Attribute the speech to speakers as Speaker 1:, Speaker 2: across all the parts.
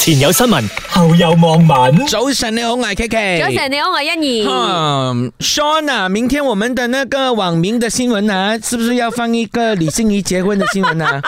Speaker 1: 前有新聞，後有網民。
Speaker 2: 早晨，你好，我係 K K。
Speaker 3: 早晨，你好，我係欣怡。
Speaker 2: 嗯，Sean 啊，明天我們的那個網民的新聞啊，是不是要放一個李欣怡結婚的新 聞啊？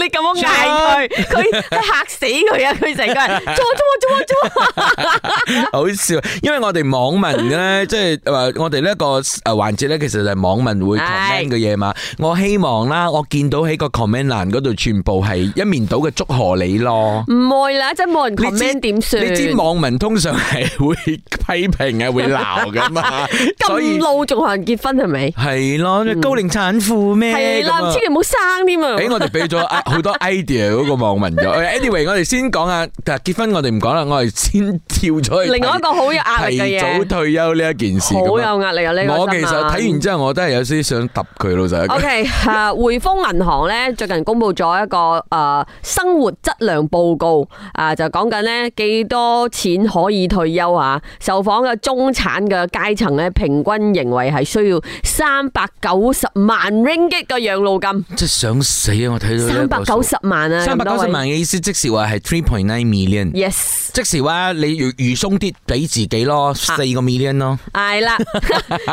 Speaker 3: 你咁樣嗌佢，佢嚇死佢啊！佢成個人做做做做。
Speaker 2: 好笑，因為我哋網民咧， 即係誒，我哋呢一個誒環節咧，其實就係網民會 comment 嘅嘢嘛。我希望啦，我見到喺個 comment 欄嗰度，全部係一面倒嘅祝賀你咯。
Speaker 3: 唔會啦，真冇人
Speaker 2: 你知
Speaker 3: comment 點算？
Speaker 2: 你知網民通常係會批評啊，會鬧噶 嘛，所以
Speaker 3: 咁老仲同人結婚係咪？
Speaker 2: 係咯，高齡產婦咩？
Speaker 3: 係
Speaker 2: 咁
Speaker 3: 啦，
Speaker 2: 啊
Speaker 3: 千祈唔好生添 啊！
Speaker 2: 誒，我哋俾咗啊好多 idea 嗰個網民咗。誒 Anyway，我哋先講下，但係結婚我哋唔講啦，我哋先跳咗去
Speaker 3: 另外一個好有壓力
Speaker 2: 提
Speaker 3: 嘅
Speaker 2: 早
Speaker 3: 嘢，
Speaker 2: 退休呢一件事。
Speaker 3: 好
Speaker 2: 咁啊
Speaker 3: 有壓力啊！呢個
Speaker 2: 我其實
Speaker 3: 新聞
Speaker 2: 睇完之後，我都係有啲想揼佢老實一句。
Speaker 3: O K，啊，匯豐銀行咧最近公布咗一個誒、呃生活質量報告，啊、就講緊咧幾多錢可以退休啊？受訪嘅中產嘅階層咧，平均認為係需要三百九十萬 ringgit 嘅養老金，
Speaker 2: 即係想死啊！我睇到
Speaker 3: 三百九十萬啊，
Speaker 2: 三百九十
Speaker 3: 咁多
Speaker 2: 萬嘅意思，即是話係 three point nine million。
Speaker 3: 位，yes，
Speaker 2: 即是話你預預鬆啲俾自己咯，四個 million 咯。
Speaker 3: 係啦，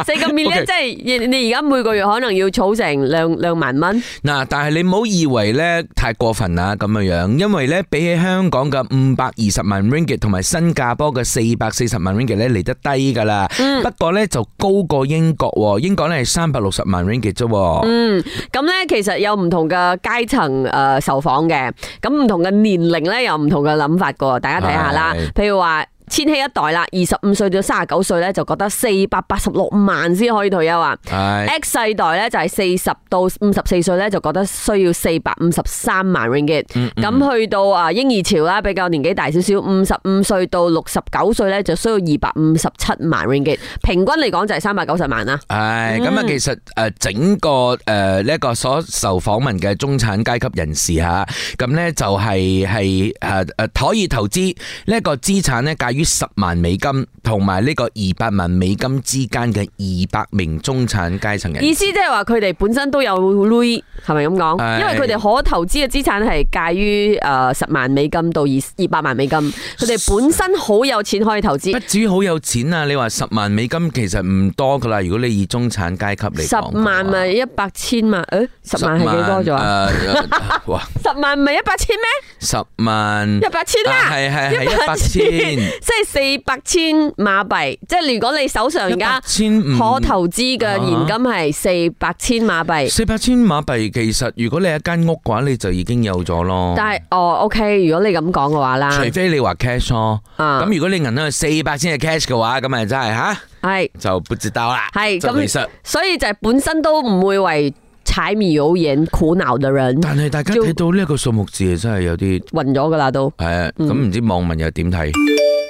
Speaker 3: 四個 million 即係你你而家每個月可能要儲成兩兩萬蚊，
Speaker 2: 嗱，但係你唔好以為咧太過分啦咁樣樣，因為咧比起香港嘅五百二十萬 ringgit 同埋新加坡嘅四百四十萬 ringgit 咧嚟得低噶啦。不過咧就高過英國喎，英國咧係三百六十萬 ringgit 啫喎。
Speaker 3: 咁咧，其實有唔同嘅階層誒受訪嘅，咁唔同嘅年齡咧有唔同嘅諗法噶，大家睇下啦
Speaker 2: 係。
Speaker 3: 譬如話千禧一代啦，二十五歲到三十九歲咧就覺得四百八十六萬先可以退休啊。
Speaker 2: 係
Speaker 3: X 世代咧就係四十到五十四歲咧就覺得需要四百五十三萬 ringgit，咁
Speaker 2: 嗯
Speaker 3: 去到啊嬰兒潮啦，比較年紀大少少，五十五歲到六十九歲咧就需要二百五十七萬 ringgit，平均嚟講就係三百九十萬啦。
Speaker 2: 係咁啊，其實誒整個誒呢一個所受訪問嘅中產階級人士嚇，咁咧就係係誒誒可以投資呢一個資產咧介於十萬美金同埋呢個二百萬美金之間嘅二百名中產階層人士
Speaker 3: 意思即係話佢哋本身都有 lui，係咪咁
Speaker 2: 係
Speaker 3: 講？因為佢哋可投資嘅資產係介於誒十萬美金到二二百萬美金，佢哋本身好有錢可以投資
Speaker 2: 不。至於好有錢啊！你話十萬美金其實唔多噶啦，如果你以中產階級嚟
Speaker 3: 十
Speaker 2: 講嘅話，啊
Speaker 3: 萬咪一百千萬，誒，十萬係幾多咗啊？
Speaker 2: 誒？誒呃哇，
Speaker 3: 十萬唔係一百千咩？
Speaker 2: 十萬
Speaker 3: 一百千
Speaker 2: 啊
Speaker 3: 啦，
Speaker 2: 係係係一百
Speaker 3: 100,000
Speaker 2: 千，
Speaker 3: 即係四百千馬幣。即係如果你手上而家
Speaker 2: 千五
Speaker 3: 可投資
Speaker 2: 啊
Speaker 3: 嘅現金係四百千馬幣，
Speaker 2: 四百千馬幣。其實如果你一間屋嘅話，你就已經有咗咯。
Speaker 3: 但係哦，OK，如果你咁講嘅話啦，
Speaker 2: 除非你話 cash 咯，
Speaker 3: 啊
Speaker 2: 咁如果你銀行有四百千嘅 cash 嘅話，咁咪真係吓
Speaker 3: 係。
Speaker 2: 就不知道啦。
Speaker 3: 係
Speaker 2: 就
Speaker 3: 咁嗯
Speaker 2: 其實，
Speaker 3: 所以就係本身都唔會為柴米油鹽苦惱嘅人
Speaker 2: 但係大家
Speaker 3: 要
Speaker 2: 睇到呢一個數目字，真係有啲。
Speaker 3: 暈咗噶啦都
Speaker 2: 誒，咁
Speaker 3: 嗯
Speaker 2: 唔知網民又點睇？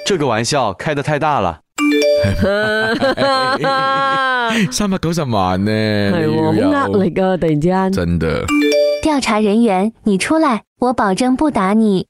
Speaker 4: 这个玩笑开得太大了。
Speaker 3: 係
Speaker 2: 三百九十萬呢，你
Speaker 3: 喎，
Speaker 2: 要
Speaker 3: 好
Speaker 2: 有
Speaker 3: 壓力啊！突然之間，
Speaker 2: 真 的，
Speaker 5: 调查人员，你出来，我保证不打你。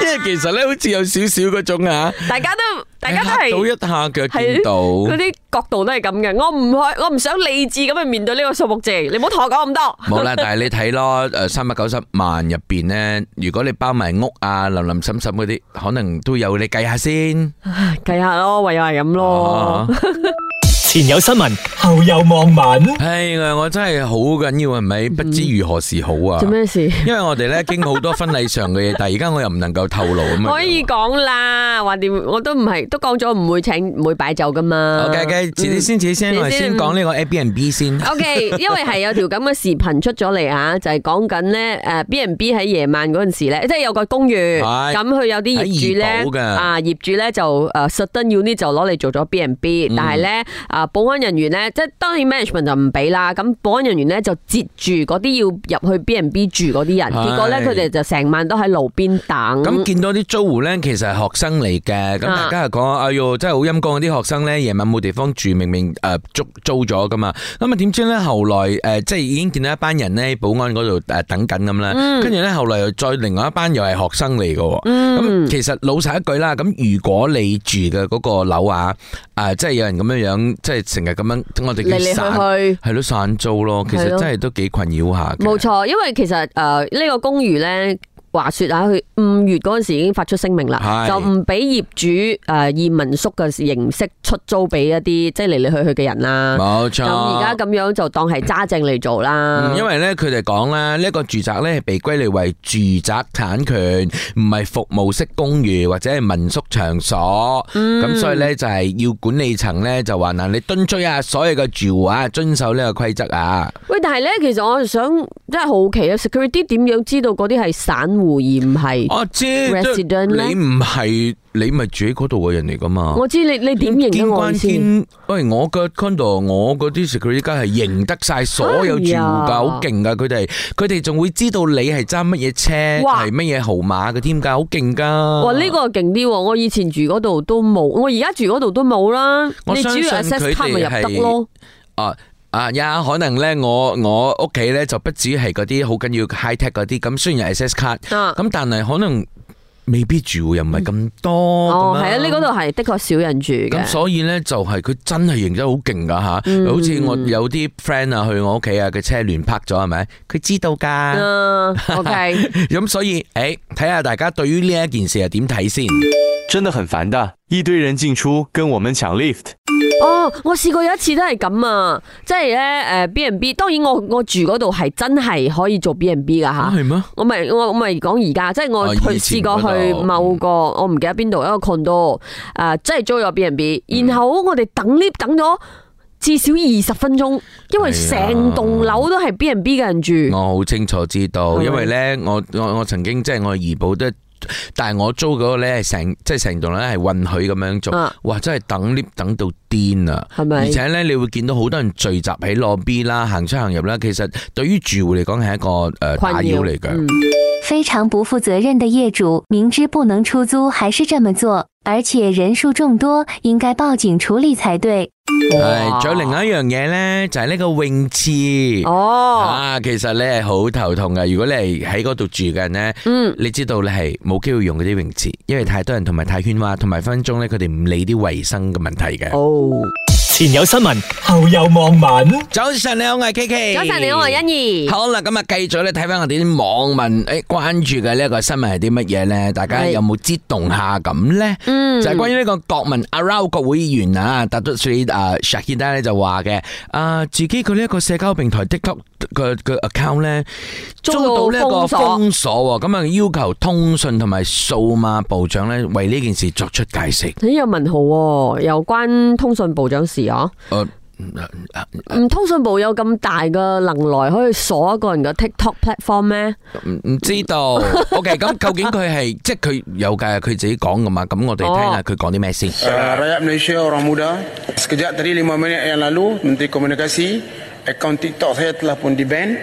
Speaker 2: 因為 其實咧，好似有少少嗰種啊，
Speaker 3: 大家都大家都係
Speaker 2: 到一下腳見到，
Speaker 3: 嗰啲角度都係咁嘅。我唔去，我唔想理智咁去面對呢個數目字。你唔好同我講咁多。
Speaker 2: 冇啦。但係你 睇咯，誒三百九十萬入邊咧，如果你包埋屋啊、林林沈沈嗰啲，可能都有你計下先。
Speaker 3: 計下咯，唯有係咁咯
Speaker 2: 啊。
Speaker 1: 前有新聞，後有網民。
Speaker 2: 唉，我真係好緊要，係咪？不知如何是好啊！
Speaker 3: 做咩事？
Speaker 2: 因為我哋咧經好多婚禮上嘅嘢，但係而家我又唔能夠透露咁樣。
Speaker 3: 可以講啦，話掂我都唔係都講咗唔會請唔會擺酒噶嘛。
Speaker 2: OK，嘅，遲啲先，遲啲先，
Speaker 3: 遲啲
Speaker 2: 我哋先
Speaker 3: 先
Speaker 2: 講呢個 Airbnb 先。
Speaker 3: O、k 因為係有條咁嘅視頻出咗嚟啊，就係講緊咧，誒呃 B and B 喺夜晚嗰陣時咧，即係有個公寓，
Speaker 2: 係
Speaker 3: 咁佢有啲業主
Speaker 2: 喺
Speaker 3: 咧
Speaker 2: 怡保，㗎
Speaker 3: 啊業主咧就誒 s u d d e n u n i 就攞嚟做咗 B and B，
Speaker 2: 嗯
Speaker 3: 但係咧啊保安人員咧，即係當然 management 就唔俾啦，咁保安人員咧就截住嗰啲要入去 B and B 住嗰啲人，
Speaker 2: 係
Speaker 3: 結果咧佢哋就成晚都喺路邊
Speaker 2: 咁
Speaker 3: 等。
Speaker 2: 見到啲租戶咧，其實係學生嚟嘅，咁大
Speaker 3: 啊
Speaker 2: 家又講，哎呦，真係好陰公，啲學生咧夜晚冇地方住，明明誒租租咗噶嘛，咁啊點知咧後來誒即係已經見到一班人咧喺保安嗰度誒等緊咁啦，
Speaker 3: 嗯
Speaker 2: 跟住咧後來又再另外一班又係學生嚟嘅喎，
Speaker 3: 嗯
Speaker 2: 咁其實老實一句啦，咁如果你住嘅嗰個樓啊，誒即係有人咁樣樣，即係成日咁樣，我哋
Speaker 3: 嚟
Speaker 2: 叫散
Speaker 3: 嚟去去。
Speaker 2: 係咯散租咯，其實
Speaker 3: 係咯
Speaker 2: 真係都幾困擾下嘅。
Speaker 3: 呃冇錯，因為其實誒呢、個公寓咧。話說啊，佢五月嗰阵时已經發出聲明啦，
Speaker 2: 係
Speaker 3: 就唔俾業主诶以民宿嘅形式出租俾一啲即係嚟嚟去去嘅人啦。
Speaker 2: 冇錯。
Speaker 3: 咁而家咁樣就當係揸正嚟做啦
Speaker 2: 嗯，。因為咧佢哋講咧呢一個住宅咧係被歸類為住宅產權，唔係服務式公寓或者係民宿場所。
Speaker 3: 嗯
Speaker 2: 咁、所以咧就係要管理層咧就話嗱，你敦促啊所有嘅住户啊遵守呢個規則啊。
Speaker 3: 喂，但係咧，其實我想真係好奇啊，security 點樣知道嗰啲係散户而唔係？
Speaker 2: 我知，即係
Speaker 3: Resident 呢
Speaker 2: 你唔係你咪住喺嗰度嘅人嚟噶嘛？
Speaker 3: 我知你你点认
Speaker 2: 見
Speaker 3: 得我
Speaker 2: 關
Speaker 3: 先？
Speaker 2: 見，喂，我嘅 condo，我嗰啲 security 家係認得晒所有住户
Speaker 3: 哎呀
Speaker 2: 㗎，好勁㗎。佢哋佢哋仲會知道你係揸乜嘢車，
Speaker 3: 哇
Speaker 2: 係乜嘢號碼嘅添㗎，好勁㗎。
Speaker 3: 哇！呢、個勁啲喎，我以前住嗰度都冇，我而家住嗰度都冇啦。
Speaker 2: 我
Speaker 3: 你只要
Speaker 2: 相信
Speaker 3: access 卡咪入得咯。
Speaker 2: 啊啊呀，可能咧，我我屋企咧就不止係嗰啲好緊要 high tech 嗰啲，咁雖然有 access card，
Speaker 3: 啊，
Speaker 2: 咁但係可能未必住户又唔係咁多。
Speaker 3: 哦，
Speaker 2: 咁樣
Speaker 3: 係啊，呢嗰度係的確少人住
Speaker 2: 咁
Speaker 3: 嘅。嗯
Speaker 2: 所以咧就係佢真係認得好勁噶吓，好似我有啲 friend 啊去我屋企啊，佢車亂泊咗係咪？佢知道㗎，
Speaker 3: 嗯，OK，
Speaker 2: 咁所以诶，睇下大家對於呢一件事係點睇先。
Speaker 4: 真的很烦的，一堆人进出跟我们抢 lift。
Speaker 3: 哦，我試過有一次都係咁啊，即係咧诶 B n B，當然我我住嗰度係真係可以做 B n B 噶吓。
Speaker 2: 啊係咩？
Speaker 3: 我咪我我咪講而家，即係我
Speaker 2: 哦
Speaker 3: 去
Speaker 2: 以前
Speaker 3: 試過去
Speaker 2: 嗰度
Speaker 3: 某個我唔記得邊度一個 condo，誒，即係租咗 B&B，然
Speaker 2: 嗯
Speaker 3: 後我哋等 lift 等咗至少二十分鐘，因為
Speaker 2: 係
Speaker 3: 成
Speaker 2: 啊
Speaker 3: 棟樓都係 B&B 嘅人住。
Speaker 2: 我好清楚知道，
Speaker 3: 係
Speaker 2: 因為咧，我我我曾經即係我怡保都，但係我租嗰個咧係成即係成棟咧係允許咁樣做，
Speaker 3: 啊
Speaker 2: 哇！真係等 lift 等到癲啊！
Speaker 3: 係咪
Speaker 2: 而且咧，你會見到好多人聚集喺 lobby 啦，行出行入啦。其實對於住户嚟講係一個誒
Speaker 3: 困
Speaker 2: 打擾
Speaker 3: 擾
Speaker 2: 嚟嘅。
Speaker 3: 嗯
Speaker 5: 非常不负责任的业主，明知不能出租还是这么做，而且人数众多，应该报警处理才对。
Speaker 3: 哇
Speaker 2: 係，仲有另外一樣嘢咧，就係呢個泳池。
Speaker 3: 哦，
Speaker 2: 啊，其實咧係好頭痛嘅。如果你係喺嗰度住嘅人咧，
Speaker 3: 嗯，
Speaker 2: 你知道你係冇機會用嗰啲泳池，因為太多人同埋太喧嘩，同埋分分鐘咧佢哋唔理啲衞生嘅問題嘅。
Speaker 3: 哦，
Speaker 1: 前有新聞，後有網民。
Speaker 2: 早晨，你好，我系 K K。
Speaker 3: 早晨你好，我係欣怡。
Speaker 2: 好啦，咁啊，繼續咧睇翻我哋啲網民诶关注嘅呢一个新聞係啲乜嘢咧？大家
Speaker 3: 係
Speaker 2: 有冇激動下咁咧？
Speaker 3: 嗯，
Speaker 2: 就係關於呢個國民 Arau 國會議員啊，達都斯里啊 Shahida 咧就話嘅，啊自己佢呢一個社交平台 TikTok 嘅嘅 account 咧
Speaker 3: 遭到
Speaker 2: 遭到呢一個
Speaker 3: 封鎖
Speaker 2: 封鎖喎，咁啊要求通訊同埋數碼部長咧為呢件事作出解釋。
Speaker 3: 咦有問號喎，有關通訊部長事啊？
Speaker 2: 誒
Speaker 3: 唔，通訊部有咁大嘅能耐可以鎖一個人嘅 TikTok platform 咩？
Speaker 2: 唔唔知 道，OK，咁究竟佢係即係佢有嘅，佢自己講噶嘛？咁我哋聽
Speaker 3: 哦
Speaker 2: 下佢講啲咩先。
Speaker 6: Uh, Rakyat Malaysia orang muda Sekejap tadi 5 minit yang lalu Menteri Komunikasi Akaun TikTok saya telah pun di-ban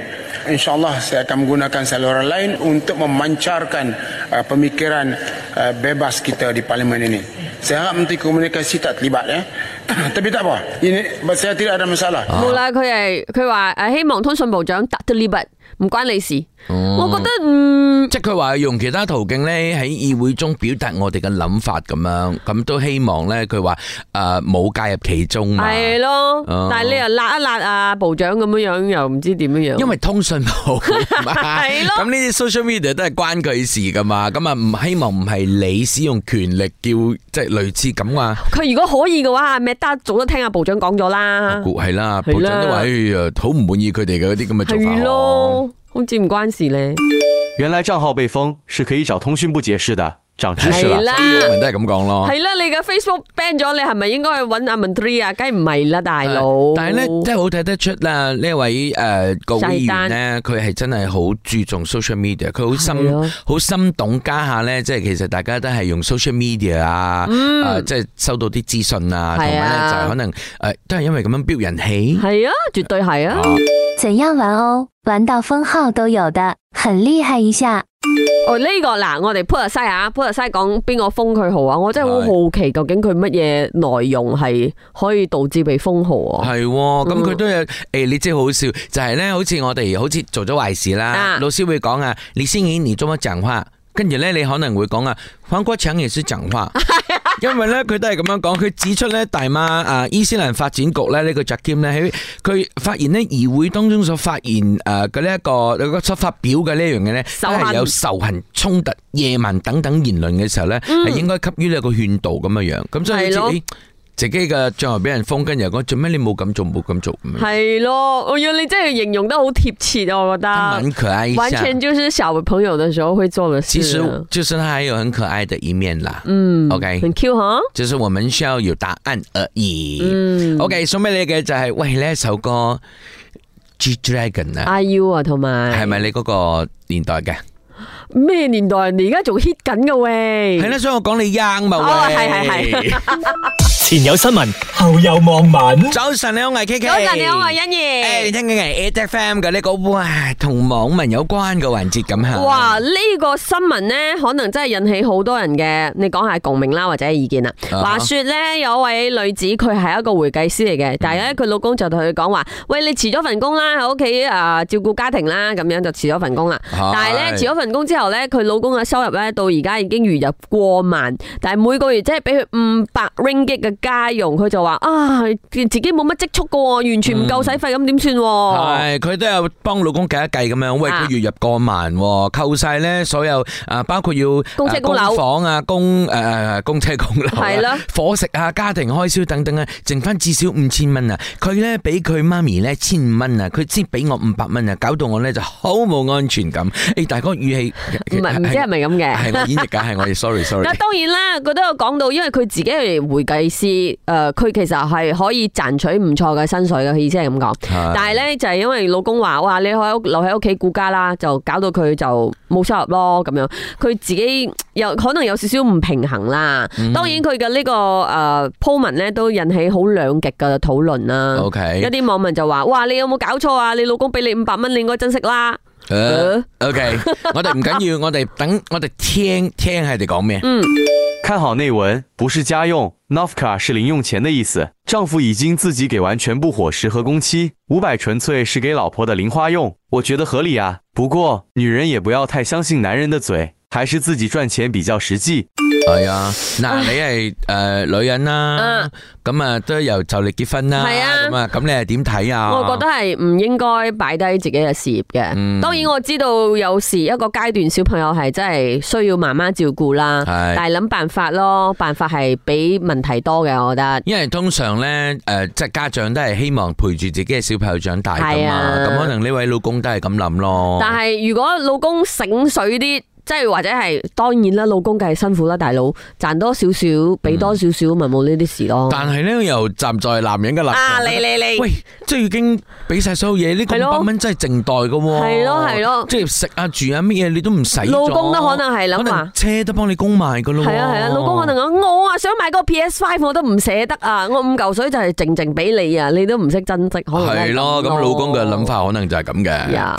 Speaker 6: InsyaAllah saya akan menggunakan saluran lain Untuk memancarkan uh, pemikiran uh, bebas kita di Parlimen ini Saya harap Menteri Komunikasi tak terlibat ya Tapi tak apa ini, Saya tidak ada masalah
Speaker 3: 冇啦，佢係佢話诶，希望通訊部長達到呢筆，唔關你事。我覺得嗯，
Speaker 2: 即係佢話用其他途徑咧喺議會中表達我哋嘅諗法咁樣，咁都希望咧佢話诶冇介入其中啊嘛。
Speaker 3: 係咯
Speaker 2: 哦，
Speaker 3: 但係你又辣一辣啊部長咁樣樣，又唔知點樣樣。
Speaker 2: 因為通訊冇，係
Speaker 3: 係咯
Speaker 2: 咁呢啲 social media 都係關佢事噶嘛，咁啊唔希望唔係你使用權力叫即係類似咁啊，
Speaker 3: 佢如果可以嘅話，咩得早都聽阿部長講咗啦，
Speaker 2: 估係啦，
Speaker 3: 啊係啦
Speaker 2: 部長都話哎呀好唔滿意佢哋嘅嗰啲咁嘅做法哦
Speaker 3: 係
Speaker 2: 喎。
Speaker 3: 咯，好似唔關事咧。
Speaker 4: 原来账号被封是可以找通讯部解释的，长知识
Speaker 3: 係
Speaker 4: 了。
Speaker 3: 啦，
Speaker 2: 人都係咁講咯。
Speaker 3: 係啦，你嘅 Facebook ban 咗，你係咪應該去揾阿 m a n d r i 啊？梗係唔係啦，大佬。
Speaker 2: 但係咧，真係好睇得出啦，呢位诶個會員咧，佢係真係好注重 social media，佢好
Speaker 3: 係咯
Speaker 2: 深好深懂家下咧，即係其實大家都係用 social media 啊，啊即係收到啲資訊啊，同
Speaker 3: 嗯係
Speaker 2: 埋
Speaker 3: 啊
Speaker 2: 咧就係可能诶都係因為咁樣飆人氣。哦
Speaker 3: 係啊，絕對係啊。
Speaker 5: 怎样玩哦？玩到封号都有的，很厉害一下。
Speaker 3: 哦，呢、個嗱，我哋 put aside 啊，put aside 講邊個封佢號啊？我真係好好奇，究竟佢乜嘢內容係可以導致被封號啊？
Speaker 2: 係喎，咁佢都有诶，你知好好笑，就係咧，好似我哋好似做咗壞事啦
Speaker 3: 啊，
Speaker 2: 老師會講 啊，你先演你做乜講話，跟住咧你可能會講啊，黃國強也是講話，因為咧佢都係咁樣講，佢指出咧大馬啊伊斯蘭發展局咧呢個 j a k i m 咧喺佢發現呢議會當中所發現誒嘅呢一個有個所發表嘅呢樣嘢咧，都
Speaker 3: 仇恨
Speaker 2: 係有仇恨、衝突、野蠻等等言論嘅時候咧，係應該給予呢一個勸導咁樣樣。咁所以
Speaker 3: 係咯
Speaker 2: 自己自己嘅帳篷俾人封，跟住又講做咩你冇咁做冇咁做咁樣。
Speaker 3: 系咯，我要你真系形容得好貼切啊！我覺
Speaker 2: 他蠻
Speaker 3: 得
Speaker 2: 可愛一下
Speaker 3: 完全就是小朋友的時候會做的事
Speaker 2: 其
Speaker 3: 啊。
Speaker 2: 實就是他還有很可愛的一面啦。
Speaker 3: 嗯
Speaker 2: OK
Speaker 3: 很 Q 哈，
Speaker 2: 就是我们需要有答案而已。OK，送俾你嘅就係喂呢一首歌《G Dragon》啊，
Speaker 3: i u 啊，同埋
Speaker 2: 係咪你嗰個年代嘅？
Speaker 3: 咩年代？你而家仲 hit 緊嘅喂？
Speaker 2: 係啦，所以我講你 young 嘛
Speaker 3: 哦
Speaker 2: 喂。
Speaker 3: 係係
Speaker 1: 前有新聞，後有網民。
Speaker 2: 早晨你好，我係 K K。
Speaker 3: 早晨你好，我係欣
Speaker 2: 誒，你
Speaker 3: 怡。
Speaker 2: 聽緊係 A F M 嘅呢個哇，同網民有關嘅環節咁嚇。
Speaker 3: 哇！呢、個新聞呢，可能真係引起好多人嘅，你講下共鳴啦，或者意見啦。
Speaker 2: 啊哈
Speaker 3: 話說呢，有位女子佢係一個會計師嚟嘅，但係咧佢老公就同佢講話：，喂，你辭咗份工啦，喺屋企啊照顧家庭啦，咁樣就辭咗份工啦。
Speaker 2: 係
Speaker 3: 但係咧辭咗份工之後咧，佢老公嘅收入咧到而家已經月入過萬，但係每個月即係俾佢五百 ringgit 嘅家用，佢就話啊自己冇乜積蓄嘅喎，完全唔夠使費，咁點算喎？
Speaker 2: 系，佢都有幫老公計一計咁樣，喂，
Speaker 3: 啊
Speaker 2: 佢月入過萬喎，扣晒咧所有啊，包括要
Speaker 3: 供車
Speaker 2: 啊
Speaker 3: 供樓
Speaker 2: 房啊，供诶诶供車供樓啊
Speaker 3: 係啦
Speaker 2: 伙食啊，家庭開銷等等啊，剩翻至少五千蚊啊，佢咧俾佢媽咪咧千五蚊啊，佢先俾我五百蚊啊，搞到我咧就好冇安全感。诶，大哥語氣
Speaker 3: 唔係唔知係咪咁嘅？
Speaker 2: 係我演繹㗎，係我哋 sorry sorry
Speaker 3: 但。當然啦，佢都有講到，因為佢自己係會計師，诶、佢其實係可以賺取唔錯嘅薪水嘅，佢意思係咁講。
Speaker 2: 係
Speaker 3: 但係咧就係因為老公話哇，你喺屋留喺屋企顧家啦，就搞到佢就冇收入咯咁樣。佢自己有可能有少少唔平衡啦。當然佢嘅呢個诶鋪文咧都引起好兩極嘅討論啦。
Speaker 2: OK
Speaker 3: 一啲網民就話：哇，你有冇搞錯啊？你老公俾你五百蚊，你應該珍惜啦。呃
Speaker 2: 誒 OK，我哋唔緊要，我哋等我哋聽聽佢哋講咩。
Speaker 3: 嗯
Speaker 4: 看好内文，不是家用，Nafka 是零用钱的意思。丈夫已经自己给完全部伙食和工期，五百纯粹是给老婆的零花用，我觉得合理啊。不过女人也不要太相信男人的嘴，还是自己赚钱比较实际。
Speaker 2: 系啊，嗱，你系诶女人啦，咁啊都由就嚟结婚啦，
Speaker 3: 係啊
Speaker 2: 咁啊，咁你系点睇啊？嗯
Speaker 3: 我覺得係唔應該擺低自己嘅事業嘅。當然我知道有時一個階段小朋友係真係需要媽媽照顧啦，
Speaker 2: 係
Speaker 3: 但係諗辦法咯，辦法係比問題多嘅，我覺得。
Speaker 2: 因为通常咧，诶、即系家长都系希望陪住自己嘅小朋友长大噶
Speaker 3: 係
Speaker 2: 嘛，
Speaker 3: 啊
Speaker 2: 咁、可能呢位老公都系咁諗咯。
Speaker 3: 但係如果老公醒水啲。即係或者係當然啦，老公梗係辛苦啦，大佬賺多少少，俾多少少，咪冇呢啲事咯。
Speaker 2: 但係咧，又站在男人嘅立場，
Speaker 3: 啊你你你
Speaker 2: 喂，即係已經俾晒所有嘢，呢個
Speaker 3: 係咯
Speaker 2: 五百蚊真係靜待嘅喎，
Speaker 3: 係咯係咯
Speaker 2: 即係食啊住啊乜嘢你都唔使咗，
Speaker 3: 老公都可能係諗
Speaker 2: 可
Speaker 3: 話
Speaker 2: 能車都幫你供埋噶咯，
Speaker 3: 係啊係啊，老公可能。講我啊想買個 PS Five 我都唔捨得啊，我五嚿水就係靜靜俾你啊，你都唔識珍惜，可能都係
Speaker 2: 係咯，咁老公嘅諗法可能就係咁嘅。
Speaker 3: 呀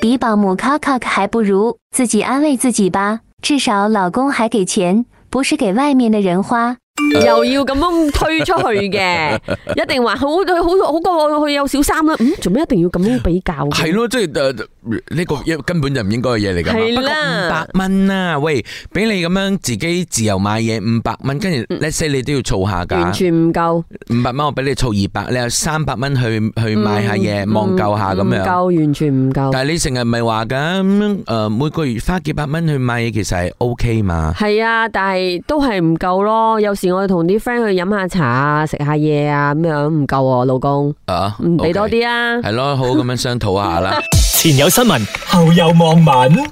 Speaker 5: 比保姆 c o c o c 还不如自己安慰自己吧，至少老公还给钱，不是给外面的人花。
Speaker 3: 又要咁樣推出去嘅， 一定話好好好過佢有小三啦。嗯，做咩一定要咁樣比較嘅？
Speaker 2: 系咯，即系诶呢个一根本就唔應該嘅嘢嚟噶嘛。
Speaker 3: 哦係
Speaker 2: 不過五
Speaker 3: 啦
Speaker 2: 百蚊啦，喂，俾你咁樣自己自由買嘢五百蚊，跟住 let's say 你都要儲下㗎。
Speaker 3: 嗯完全唔夠，
Speaker 2: 五百蚊我俾你儲二百，你有三百蚊去去買下嘢，望夠下咁
Speaker 3: 嗯唔
Speaker 2: 樣。
Speaker 3: 嗯夠，完全唔夠。
Speaker 2: 但係你成日咪話㗎咁樣诶，每個月花幾百蚊去買嘢，其實係 O K 嘛。
Speaker 3: 係啊，但係都係唔夠咯。有時我哋同啲 friend 去飲下茶啊，食下嘢啊，咁樣唔夠喎，老公，
Speaker 2: 啊，
Speaker 3: 唔俾多啲啊。
Speaker 2: 係咯，好好咁樣商討下啦。
Speaker 1: 前有新聞，後有網民。